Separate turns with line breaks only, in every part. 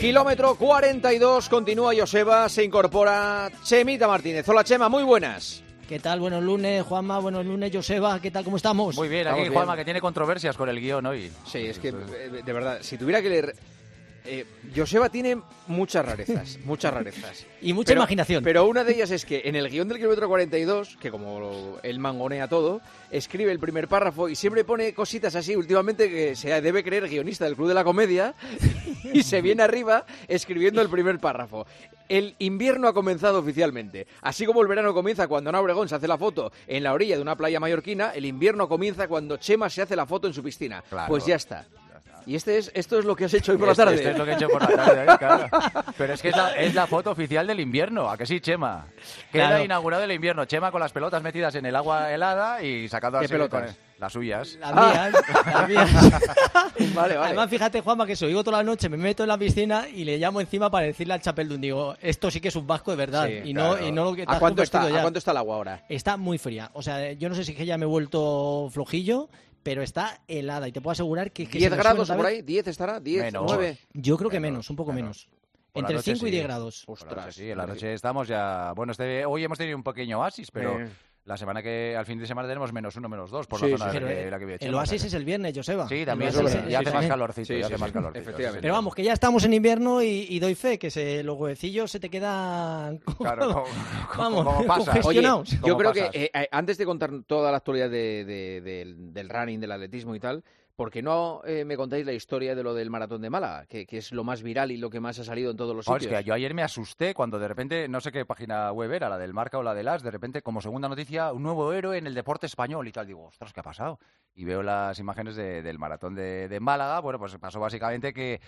Kilómetro 42, continúa Joseba, se incorpora Chemita Martínez. Hola Chema, muy buenas.
¿Qué tal? Buenos lunes, Juanma. Buenos lunes, Joseba. ¿Qué tal? ¿Cómo estamos?
Muy bien, aquí
Estamos
Juanma,
bien.
que tiene controversias con el guión hoy.
Sí, es que, eh, de verdad, si tuviera que leer... eh, Joseba tiene muchas rarezas, muchas rarezas.
Y mucha
Pero-
imaginación.
Pero una de ellas es que en el guión del kilómetro 42, que como lo- él mangonea todo, escribe el primer párrafo y siempre pone cositas así, últimamente que se debe creer guionista del Club de la Comedia, y se viene arriba escribiendo el primer párrafo. El invierno ha comenzado oficialmente. Así como el verano comienza cuando Ana Obregón se hace la foto en la orilla de una playa mallorquina, el invierno comienza cuando Chema se hace la foto en su piscina.
Claro.
Pues ya está. Y este es, esto es lo que has hecho hoy por la
Esto-
tarde.
Esto es lo que he hecho por la tarde, ¿eh? claro. Pero es que es la, es la foto oficial del invierno, ¿a que sí, Chema? Queda
Claro.
inaugurado el invierno, Chema con las pelotas metidas en el agua helada y sacando
¿Qué
así
pelotas?
con- las suyas.
Las mías, las mías.
Vale, vale.
¿eh? Además, fíjate, Juanma, que eso. Digo toda la noche, me meto en la piscina y le llamo encima para decirle al chapeldún. Digo, esto sí que es un vasco de verdad.
Sí,
y, no,
claro.
y no lo que te
¿A
has
cuánto, está,
convertido
¿A
ya.
cuánto está el agua ahora?
Está muy fría. O sea, yo no sé si es que ya me he vuelto flojillo, pero está helada. Y te puedo asegurar que... que se
10
me
grados
suelta,
por
¿ves?
ahí, 10 estará, 10,
Menos.
9.
Yo creo que
Menos,
menos, un poco
menos.
menos.
Por la
Entre
noche
5 y
sí. Pues,
10 grados.
Por la noche
Ostras.
sí, en la noche estamos ya... Bueno, este, hoy hemos tenido un pequeño oasis, pero...
Eh.
La semana que, al fin de semana tenemos menos uno, menos dos, por
Sí,
pues, la zona de la
sí,
Pero
que-
eh,
la que vive
el
Chema, o sea
oasis
que-
es el viernes, Joseba.
Sí,
El
también,
oasis
es
es-
verdad.
ya hace
es-
más
es-
calorcito,
Sí,
ya
sí,
hace más
sí,
calorcito. sí,
efectivamente.
Pero vamos, que ya estamos en invierno y, y doy fe que se, los huevecillos se te quedan
Claro, como,
Vamos,
como pasa.
confes-
Oye,
Cuestionaos.
yo
¿Cómo
creo
pasas?
que eh, eh, antes de contar toda la actualidad de- de- del, del running, del atletismo y tal, ¿por qué no eh, me contáis la historia de lo del maratón de Málaga? Que, que es lo más viral y lo que más ha salido en todos los
Joder,
sitios.
es que yo ayer me asusté cuando de repente, no sé qué página web era, la del Marca o la del As, de repente como segunda noticia, un nuevo héroe en el deporte español y tal. Digo, ostras, ¿qué ha pasado? Y veo las imágenes de- del maratón de, de Málaga. Bueno, pues pasó básicamente que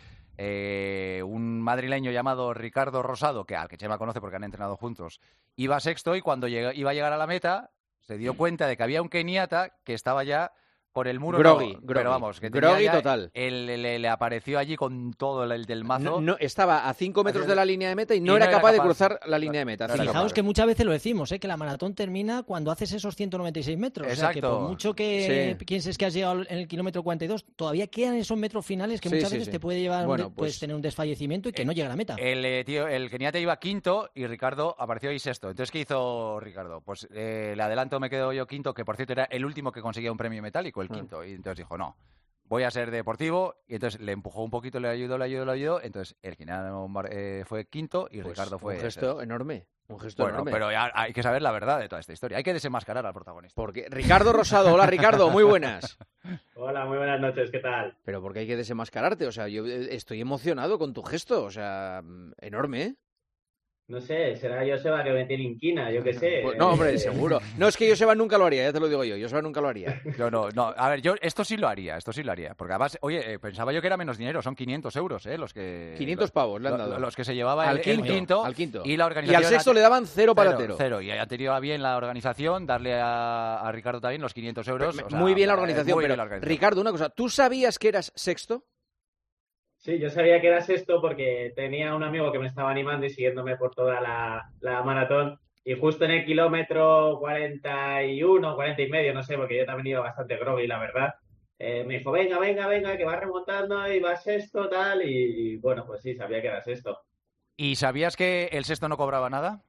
eh, un madrileño llamado Ricardo Rosado, que al que Chema conoce porque han entrenado juntos, iba sexto y cuando llega- iba a llegar a la meta se dio cuenta de que había un keniata que estaba ya por el muro.
Groggy,
no,
groggy.
pero vamos, que tenía
Groggy
ya
total.
el- le- le- le apareció allí con todo el, el del mazo.
No- no- estaba a 5 metros
Así-
de la línea de meta y no
y
era capaz, de cruzar la línea de meta.
No era
Cinco.
capaz.
Fijaos que muchas veces lo decimos, ¿eh? que la maratón termina cuando haces esos 196 metros. O sea, que
Exacto.
por mucho que
Sí.
pienses que has llegado en el kilómetro 42, todavía quedan esos metros finales que
Sí,
muchas
sí,
veces
sí.
te puede llevar,
Bueno,
un de- puedes
pues,
tener un desfallecimiento y que
eh,
no llega a la
Ah.
meta.
El, eh, tío, el Keniata iba quinto y Ricardo apareció ahí sexto. Entonces, ¿qué hizo Ricardo? Pues eh, le adelanto, me quedo yo quinto, que por cierto era el último que conseguía un premio metálico, el
Ah.
quinto. Y entonces dijo, no, voy a ser deportivo. Y entonces le empujó un poquito, le ayudó, le ayudó, le ayudó. Entonces el Keniata mar- eh, fue quinto y
Pues,
Ricardo fue
Un
sexto.
gesto enorme. Un gesto
Bueno,
enorme.
pero ya hay que saber la verdad de toda esta historia. Hay que desenmascarar al protagonista.
Porque Ricardo Rosado, hola Ricardo, muy buenas.
Hola, muy buenas noches, ¿qué tal?
Pero porque hay que desenmascararte, o sea, yo eh, estoy emocionado con tu gesto, o sea, mm, enorme, ¿eh?
No sé, será Joseba que me tiene inquina, yo qué sé.
Pues- no, hombre,
Eh,
seguro. No, es que Joseba nunca lo haría, ya te lo digo yo. Joseba nunca lo haría.
Yo no, no, a ver, yo esto sí lo haría, esto sí lo haría. Porque además, oye, eh, pensaba yo que era menos dinero, son 500 euros, ¿eh? Los que,
500
los-
pavos le han
lo-
dado.
Los que se llevaba
al,
el, el
quinto,
quinto.
al quinto.
Y la
Y al
organización.
sexto le daban cero para
Cero,
cero.
cero. Y ha tenido a bien la organización darle a, a Ricardo también los 500 euros. o sea,
muy bien la
eh,
organización,
muy
pero
bien la organización.
Ricardo, una cosa, ¿tú sabías que eras sexto?
Sí, yo sabía que eras esto porque tenía un amigo que me estaba animando y siguiéndome por toda la, la maratón. Y justo en el kilómetro 41, 40 y medio, no sé, porque yo también iba bastante groggy, la verdad. eh, me dijo, venga, venga, venga, que vas remontando y vas esto, tal. Y, bueno, pues sí, sabía que eras esto.
¿Y sabías que el sexto no cobraba nada?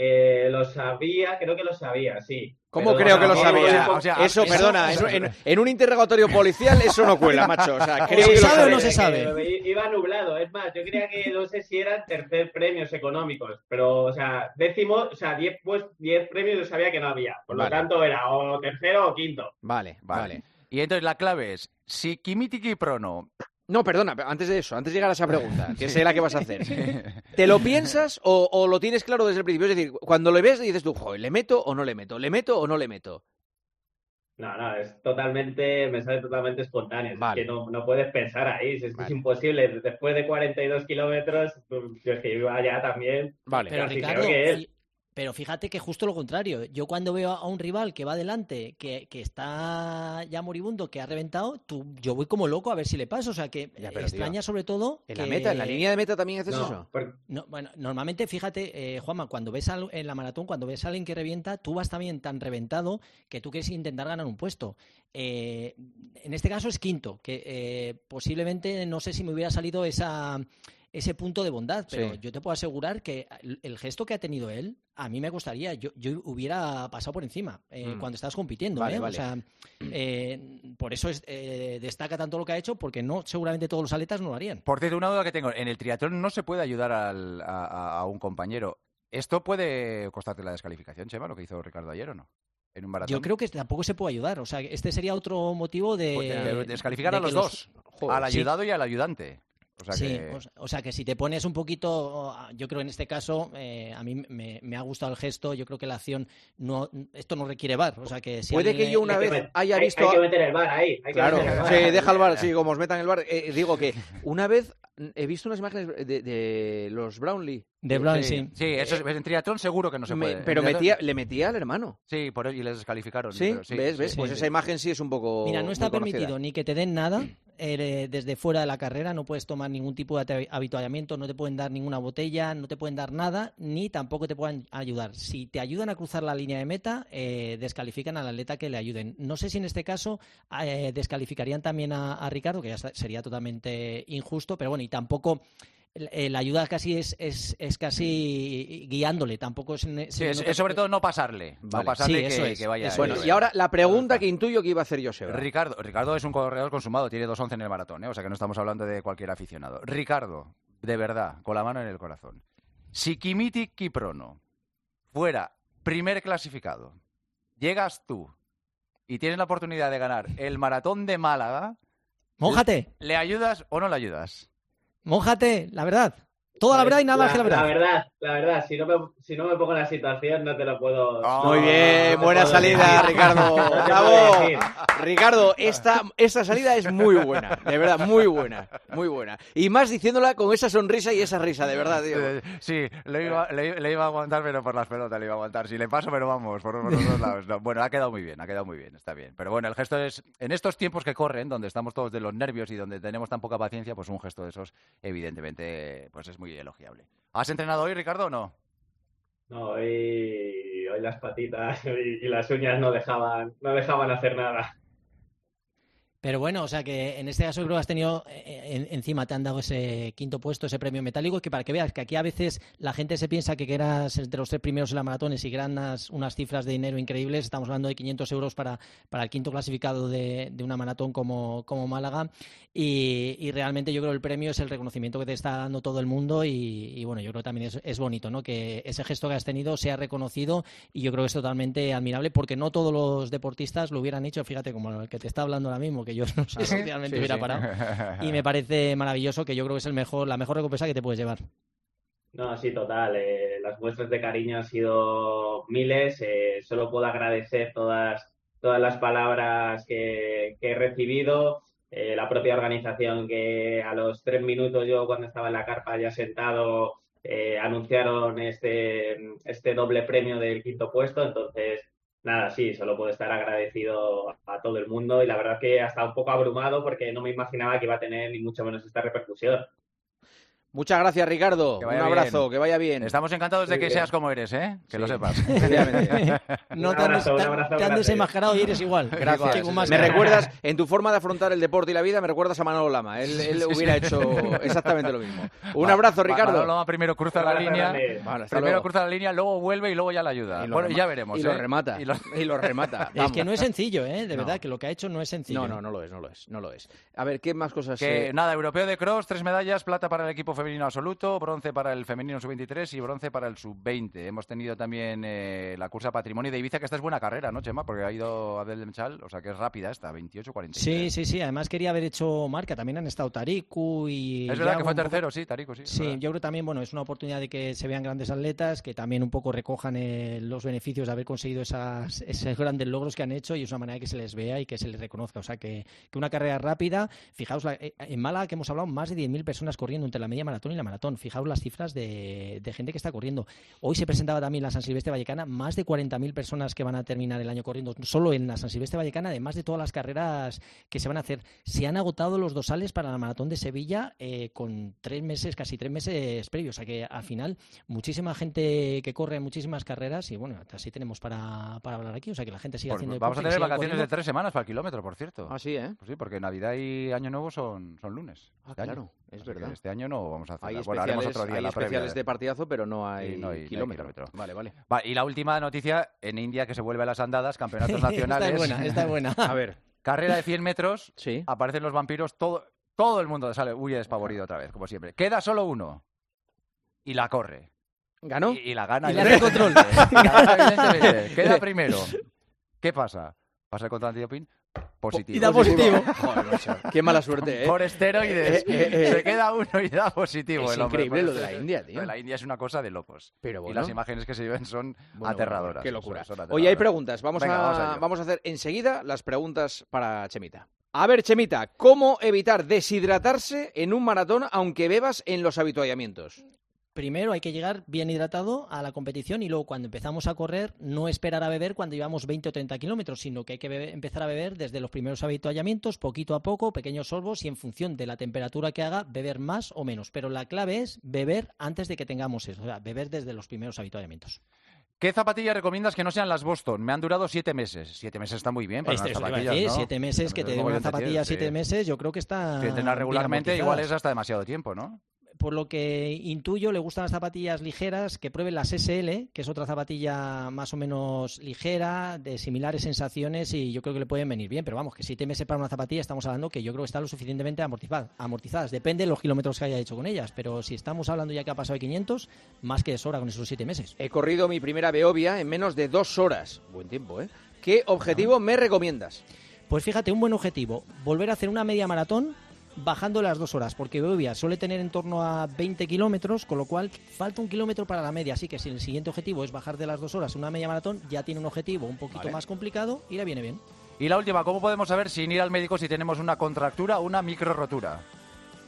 Eh, lo sabía, creo que lo sabía, sí.
¿Cómo
Pero
creo que
bueno,
lo
no,
tampoco-
sabía?
o sea,
eso,
eso-
perdona,
eso-
en, en- en un interrogatorio policial eso no cuela, macho. O sea,
¿O
creo
Ah, se
que lo
sabe o no
sabes.
se sabe?
Eh, Iba nublado, es más, yo creía que no sé si eran tercer premios económicos, pero, o sea, décimo, o sea, diez, pues, diez premios yo sabía que no había, por
Vale.
lo tanto era o tercero o quinto.
Vale, vale.
Vale. Y entonces la clave es, si Kimitiki Prono...
No, perdona, pero antes de eso, antes de llegar a esa pregunta, que
Sí.
sé la que vas a hacer. ¿Te lo piensas o, o lo tienes claro desde el principio? Es decir, cuando lo ves dices tú, joder, ¿le meto o no le meto? ¿Le meto o no le meto?
No, no, es totalmente, me sale totalmente espontáneo, es
Vale.
que no, no puedes pensar ahí, si es, que es
Vale.
imposible, después de 42 kilómetros, tú- pues, yo es que iba ya también,
Vale.
Pero
casi
Ricardo,
creo que él.
y- Pero fíjate que justo lo contrario. Yo cuando veo a un rival que va adelante, que, que está ya moribundo, que ha reventado, tú, yo voy como loco a ver si le paso. O sea que
Ya, pero,
extraña
tío,
sobre todo.
En la
que-
meta, en la línea de meta también haces
No,
eso.
porque-
No, bueno, normalmente, fíjate, eh, Juanma, cuando ves al- en la maratón, cuando ves a alguien que revienta, tú vas también tan reventado que tú quieres intentar ganar un puesto. Eh, en este caso es quinto, que eh, posiblemente no sé si me hubiera salido esa, ese punto de bondad, pero
Sí.
yo te puedo asegurar que el- el gesto que ha tenido él, a mí me gustaría, yo, yo hubiera pasado por encima eh,
Mm.
cuando estás compitiendo.
Vale,
¿eh?
vale. Mm.
O sea, eh, por eso es- eh, destaca tanto lo que ha hecho, porque no seguramente todos los atletas no lo harían.
Por cierto, una duda que tengo. En el triatlón no se puede ayudar al- a, a- a un compañero. ¿Esto puede costarte la descalificación, Chema, lo que hizo Ricardo ayer o no? En un maratón.
Yo creo que tampoco se puede ayudar. O sea, que este sería otro motivo de.
Pues de- de descalificar a
de que
los dos.
Joder,
al
sí.
ayudado y al ayudante. O sea
sí,
que...
o s- o sea, que si te pones un poquito. Yo creo en este caso, eh, a mí me, me ha gustado el gesto. Yo creo que la acción. no Esto no requiere bar. O sea, que si
Puede
alguien
que
le-
yo una
le-
hay que
vez
met-
haya
hay-
visto
Hay
a-
que meter el bar ahí. hay que
Claro,
meter el bar.
sí, deja el bar, sí, como os metan el bar. Eh, digo que una vez he visto unas imágenes de, de los Brownlee.
De Brown, sí.
Sí, eso
eh,
es, en triatlón seguro que no se
Me-
puede. En
pero
triatlón-
metía, le metía al hermano.
Sí, por ello, y les descalificaron.
Sí,
pero
ves, ves.
sí,
pues
sí.
esa imagen sí es un poco.
Mira, no está
muy conocida.
permitido ni que te den nada eh, desde fuera de la carrera, no puedes tomar ningún tipo de ate- habituallamiento, no te pueden dar ninguna botella, no te pueden dar nada, ni tampoco te puedan ayudar. Si te ayudan a cruzar la línea de meta, eh, descalifican al atleta que le ayuden. No sé si en este caso eh, descalificarían también a, a Ricardo, que ya está- sería totalmente injusto, pero bueno, y tampoco... eh, La ayuda casi es, es, es casi guiándole, tampoco es... en-
Sí,
se
es,
nota-
es sobre todo no pasarle. No
Vale.
pasarle
Sí, eso
que,
es,
que vaya.
eso
Bueno,
Sí,
y ahora la pregunta
está.
que intuyo que iba a hacer Joseba.
Ricardo, Ricardo es un corredor consumado, tiene 2.11 en el maratón, ¿eh? o sea que no estamos hablando de cualquier aficionado. Ricardo, de verdad, con la mano en el corazón. Si Kimiti Kiprono fuera primer clasificado, llegas tú y tienes la oportunidad de ganar el maratón de Málaga,
Mójate,
¿le ayudas o no le ayudas?
mójate, la verdad. Toda la verdad y nada más que la verdad.
La verdad, la verdad, si no me, si no me pongo en la situación, no te lo puedo.
Ah,
no-
Muy
no
bien,
te
buena
puedo
salida,
decir.
Ricardo.
No te puedo
Bravo.
decir.
Ricardo, esta, esta salida es muy buena, de verdad, muy buena, muy buena. Y más diciéndola con esa sonrisa y esa risa, de verdad, tío.
Eh, Sí, le iba, le- le iba a aguantar, pero por las pelotas le iba a aguantar. Si le paso, pero vamos, por, por los dos lados. No, bueno, ha quedado muy bien, ha quedado muy bien, está bien. Pero bueno, el gesto es, en estos tiempos que corren, donde estamos todos de los nervios y donde tenemos tan poca paciencia, pues un gesto de esos, evidentemente, pues es muy elogiable. ¿Has entrenado hoy, Ricardo, o no?
No, y hoy las patitas y, y las uñas no dejaban, no dejaban hacer nada.
Pero bueno, o sea que en este caso creo que has tenido, eh, en- encima te han dado ese quinto puesto, ese premio metálico, que para que veas que aquí a veces la gente se piensa que eras entre los tres primeros en la maratón y si ganas unas cifras de dinero increíbles, estamos hablando de 500 euros para, para el quinto clasificado de, de una maratón como, como Málaga y, y realmente yo creo que el premio es el reconocimiento que te está dando todo el mundo y, y bueno, yo creo que también es, es bonito, ¿no? Que ese gesto que has tenido sea reconocido y yo creo que es totalmente admirable porque no todos los deportistas lo hubieran hecho, fíjate, como el que te está hablando ahora mismo, que yo no sé si realmente
Sí,
hubiera
sí.
parado. Y me parece maravilloso que yo creo que es el mejor, la mejor recompensa que te puedes llevar.
No, sí, total. eh, las muestras de cariño han sido miles. eh, solo puedo agradecer todas, todas las palabras que, que he recibido. eh, la propia organización que a los tres minutos yo cuando estaba en la carpa ya sentado eh, anunciaron este, este doble premio del quinto puesto. Entonces, nada, sí, solo puedo estar agradecido a, a todo el mundo y la verdad que hasta un poco abrumado porque no me imaginaba que iba a tener ni mucho menos esta repercusión.
Muchas gracias, Ricardo.
Que
Un
vaya
abrazo,
bien.
que vaya bien.
Estamos encantados de que
Sí.
seas como eres, ¿eh? Que lo
Sí.
sepas.
Efectivamente.
No
Un
te han des-
abrazo, un
te han-
abrazo
te han
grande.
desenmascarado y eres igual.
Gracias.
Tengo más
Me
ganas.
recuerdas, en tu forma de afrontar el deporte y la vida, me recuerdas a Manolo Lama. Él, él hubiera hecho exactamente lo mismo. Un
Ma-
abrazo,
Ma-
Ricardo.
Manolo Lama primero cruza
Un
la
abrazo
línea.
grande.
Vale, hasta
Primero
luego.
cruza la línea, luego vuelve y luego ya la ayuda.
Y lo
bueno,
rema-
ya veremos.
Y lo
¿eh?
remata.
Y lo-
Y lo remata.
Es que
Vamos.
no es sencillo, ¿eh? De
No.
verdad, que lo que ha hecho no es sencillo.
No, no, no lo es, no lo es, no lo es. A ver, ¿qué más cosas?
Que
eh?
nada, europeo de cross, tres medallas, plata para el equipo femenino absoluto, bronce para el femenino sub-23 y bronce para el sub-20. Hemos tenido también eh, la cursa patrimonio de Ibiza, que esta es buena carrera, ¿no, Chema? Porque ha ido Abdel Demchal, o sea que es rápida esta, 28-43.
Sí, sí, sí. Además quería haber hecho marca. También han estado Tariku y.
Es verdad que
Yago
fue
un poco-
tercero, sí, Tarico, sí. es
Sí,
verdad.
yo creo que también, bueno, es una oportunidad de que se vean grandes atletas, que también un poco recojan eh, los beneficios de haber conseguido esas, esos grandes logros que han hecho y es una manera de que se les vea y que se les reconozca. O sea, que, que una carrera rápida, fijaos, la- eh, en Málaga que hemos hablado, más de 10.000 personas corriendo entre la media maratón y la maratón. Fijaos las cifras de, de gente que está corriendo. Hoy se presentaba también la San Silvestre Vallecana, más de 40.000 personas que van a terminar el año corriendo solo en la San Silvestre Vallecana, además de todas las carreras que se van a hacer. Se han agotado los dosales para la maratón de Sevilla eh, con tres meses, casi tres meses previos. O sea que al final, muchísima gente que corre muchísimas carreras y bueno, así tenemos para, para hablar aquí. O sea que la gente sigue
Pues
haciendo
vamos a
deporte,
tener
que siga
vacaciones de
corriendo.
tres semanas para el kilómetro, por cierto.
Ah, sí, ¿eh?
Pues sí, porque Navidad y Año Nuevo son, son lunes.
Ah,
este año.
claro, es
Así que
verdad.
Este año no vamos a hacer.
Hay
la- Bueno, haremos
especiales,
otro día
hay
la previa.
especiales de partidazo, pero no hay,
Sí, no hay- no hay
kilómetro.
kilómetro.
Vale, vale.
Vale, y la última noticia, en India que se vuelve a las andadas, campeonatos nacionales.
Esta es buena, esta es buena.
A ver,
Carrera de 100 metros,
sí.
aparecen los vampiros, todo, todo el mundo sale, huye despavorido otra vez, como siempre. Queda solo uno. Y la corre.
¿Ganó?
Y, y la gana.
Y la hace
evidentemente.
control.
La gana, evidentemente. Queda primero. ¿Qué pasa? ¿Pasa el control antidoping? Positivo.
Y da positivo.
Joder, macho. Qué mala suerte, ¿eh?
Por esteroides.
Eh, eh, eh.
Se queda uno y da positivo.
Es
el hombre.
increíble
Bueno,
lo de la India, tío.
Lo de la India es una cosa de locos.
Pero bueno.
Y las imágenes que se lleven son
Bueno,
aterradoras.
Qué locura.
Son- son aterradoras.
Oye, hay preguntas. Vamos,
Venga,
a,
vamos
vamos,
a
a
ello.
hacer enseguida las preguntas para Chemita. A ver, Chemita, ¿cómo evitar deshidratarse en un maratón aunque bebas en los habituallamientos?
Primero hay que llegar bien hidratado a la competición y luego cuando empezamos a correr no esperar a beber cuando llevamos 20 o 30 kilómetros, sino que hay que bebe- empezar a beber desde los primeros habituallamientos, poquito a poco, pequeños sorbos y en función de la temperatura que haga, beber más o menos. Pero la clave es beber antes de que tengamos eso, o sea, beber desde los primeros habituallamientos.
¿Qué zapatillas recomiendas que no sean las Boston? Me han durado siete meses. Siete meses está muy bien para unas
Este, eso te iba a
zapatillas,
decir,
¿no?
siete meses que te den
Como
una
bien decir,
zapatilla siete
sí.
meses, yo creo que está...
Si entrenas
bien
regularmente,
amortizadas.
igual es hasta demasiado tiempo, ¿no?
por lo que intuyo, le gustan las zapatillas ligeras, que prueben las SL, que es otra zapatilla más o menos ligera, de similares sensaciones y yo creo que le pueden venir bien. Pero vamos, que si te meses para una zapatilla estamos hablando que yo creo que están lo suficientemente amortizadas. amortizadas. Depende de los kilómetros que haya hecho con ellas, pero si estamos hablando ya que ha pasado de 500, más que de sobra con esos siete meses.
He corrido mi primera Beovia en menos de dos horas. Buen tiempo, ¿eh? ¿Qué objetivo me recomiendas?
Pues fíjate, un buen objetivo, volver a hacer una media maratón bajando las dos horas, porque Bebia suele tener en torno a 20 kilómetros, con lo cual falta un kilómetro para la media, así que si el siguiente objetivo es bajar de las dos horas una media maratón, ya tiene un objetivo un poquito
Vale.
más complicado y le viene bien.
Y la última, ¿cómo podemos saber sin ir al médico si tenemos una contractura o una micro rotura?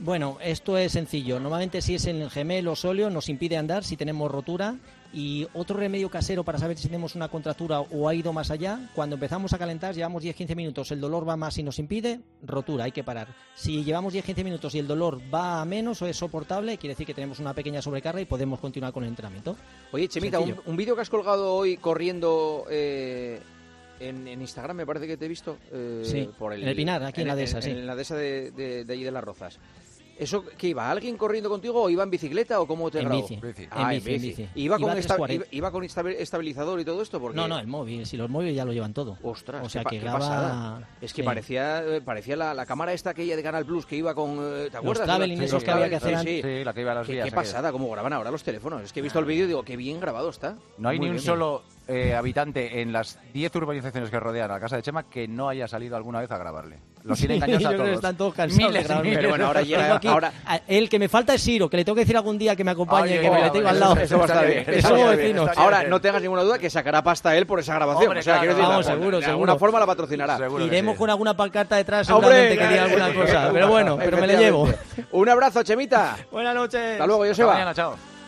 Bueno, esto es sencillo. Normalmente si es en el gemelo o sóleo nos impide andar si tenemos rotura y otro remedio casero para saber si tenemos una contractura o ha ido más allá, cuando empezamos a calentar llevamos 10-15 minutos, el dolor va más y nos impide, rotura, hay que parar. Si llevamos 10-15 minutos y el dolor va a menos o es soportable, quiere decir que tenemos una pequeña sobrecarga y podemos continuar con el entrenamiento.
Oye, Chemita, un,
Sencillo.
un vídeo que has colgado hoy corriendo eh, en, en Instagram, me parece que te he visto. eh,
Sí,
por el,
en el Pinar, aquí en la dehesa, sí.
En la dehesa de, de- de allí de Las Rozas. ¿Eso qué iba? ¿Alguien corriendo contigo o iba en bicicleta o cómo te
En
grabó?
bici.
Bici.
En
Ah,
bici, en bici.
¿Iba con,
Iba a
esta-
340.
iba- iba con estabi- estabilizador y todo esto? Porque...
No, no, el móvil, si los móviles ya lo llevan todo.
Ostras,
o sea
qué, pa-
que
qué
graba-
pasada. Es que
Sí.
parecía, eh, parecía la, la cámara esta aquella de Canal Plus que iba con... eh, ¿Te acuerdas?
cabeling
Sí,
esos
los
que había que
cabeling,
hacer
sí, sí.
Sí, la que iba a las
Qué,
vías.
qué
aquella.
pasada, cómo graban ahora los teléfonos. Es que he visto el vídeo y digo, qué bien grabado está.
No hay
Muy
ni un
bien.
solo eh, habitante en las 10 urbanizaciones que rodean a la casa de Chema que no haya salido alguna vez a grabarle. Los tiene engañados
Yo
a
creo que
todos.
están todos cansados de
Miles y
grabarme.
miles
Pero bueno, ahora
de-
llega-
Tengo aquí-
ahora-
a- el que me falta es Siro, que le tengo que decir algún día que me acompañe,
Oye,
que me
bueno,
le tengo al lado.
eso- eso va a estar bien,
Que
eso
somos
va a estar bien,
vecinos.
está
Ahora,
bien.
no tengas ninguna duda que sacará pasta él por esa grabación.
Hombre,
o sea, quiero
claro,
decir,
vamos,
de-
seguro,
de alguna
seguro.
forma la patrocinará.
Seguro que
Iremos
sí.
con alguna pancarta detrás
¡Hombre!
seguramente que diga alguna
Sí,
cosa.
sí,
Pero
sí,
bueno,
sí,
pero me le llevo.
efectivamente. Un abrazo, Chemita.
Buenas noches.
Hasta luego,
Hasta
Joseba.
mañana, chao.